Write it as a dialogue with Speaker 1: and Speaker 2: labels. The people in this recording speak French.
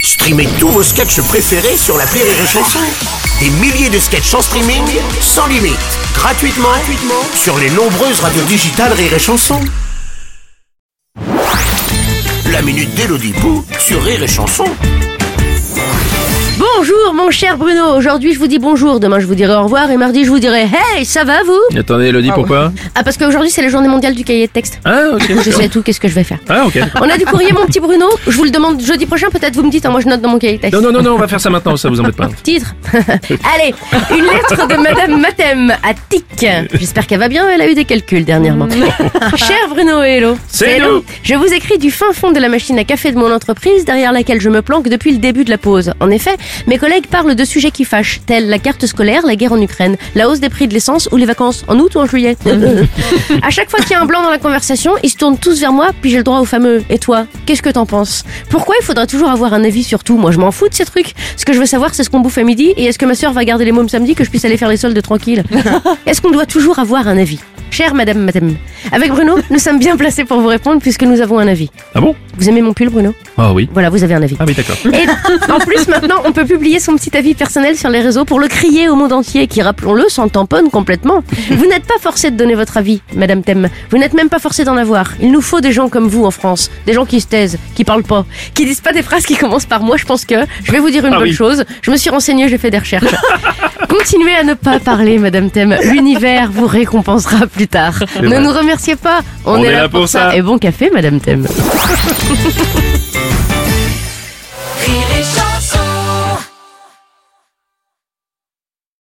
Speaker 1: Streamez tous vos sketchs préférés sur la Rire et Chanson. Des milliers de sketchs en streaming, sans limite, gratuitement, gratuitement sur les nombreuses radios digitales Rire et Chanson. La minute d'Elodie Pou sur Rire et Chanson.
Speaker 2: Bonjour mon cher Bruno, aujourd'hui je vous dis bonjour, demain je vous dirai au revoir et mardi je vous dirai hey ça va vous
Speaker 3: Mais Attendez, Elodie, pourquoi
Speaker 2: Ah parce qu'aujourd'hui c'est la journée mondiale du cahier de texte.
Speaker 3: Ah, ok.
Speaker 2: Je sais tout, qu'est-ce que je vais faire
Speaker 3: Ah, ok.
Speaker 2: On a du courrier mon petit Bruno, je vous le demande jeudi prochain peut-être vous me dites, hein, moi je note dans mon cahier de texte.
Speaker 3: Non, non, non, non, on va faire ça maintenant, ça vous embête pas.
Speaker 2: Titre. Allez, une lettre de Madame Mathem à Tic. J'espère qu'elle va bien, elle a eu des calculs dernièrement. Cher Bruno et Hello.
Speaker 3: C'est
Speaker 2: Hello.
Speaker 3: nous.
Speaker 2: Je vous écris du fin fond de la machine à café de mon entreprise, derrière laquelle je me planque depuis le début de la pause. En effet, mes collègues parlent de sujets qui fâchent, tels la carte scolaire, la guerre en Ukraine, la hausse des prix de l'essence ou les vacances en août ou en juillet. à chaque fois qu'il y a un blanc dans la conversation, ils se tournent tous vers moi, puis j'ai le droit au fameux Et toi, qu'est-ce que t'en penses Pourquoi il faudrait toujours avoir un avis sur tout Moi, je m'en fous de ces trucs. Ce que je veux savoir, c'est ce qu'on bouffe à midi et est-ce que ma soeur va garder les mômes samedi que je puisse aller faire les soldes tranquille Est-ce qu'on doit toujours avoir un avis Chère madame, madame, avec Bruno, nous sommes bien placés pour vous répondre puisque nous avons un avis.
Speaker 3: Ah bon
Speaker 2: Vous aimez mon pull, Bruno
Speaker 3: Ah oui.
Speaker 2: Voilà, vous avez un avis.
Speaker 3: Ah oui, d'accord.
Speaker 2: Et en plus, maintenant, on peut publier son petit avis personnel sur les réseaux pour le crier au monde entier, qui, rappelons-le, s'en tamponne complètement. Vous n'êtes pas forcé de donner votre avis, Madame Thème. Vous n'êtes même pas forcé d'en avoir. Il nous faut des gens comme vous en France, des gens qui se taisent, qui parlent pas, qui disent pas des phrases qui commencent par moi. Je pense que je vais vous dire une
Speaker 3: Ah
Speaker 2: bonne
Speaker 3: oui.
Speaker 2: chose. Je me suis renseignée, j'ai fait des recherches. Continuez à ne pas parler, Madame Thème. L'univers vous récompensera plus tard. Ne
Speaker 3: vrai.
Speaker 2: nous remerciez pas. On,
Speaker 3: On est là pour ça.
Speaker 2: Et bon café, Madame Thème.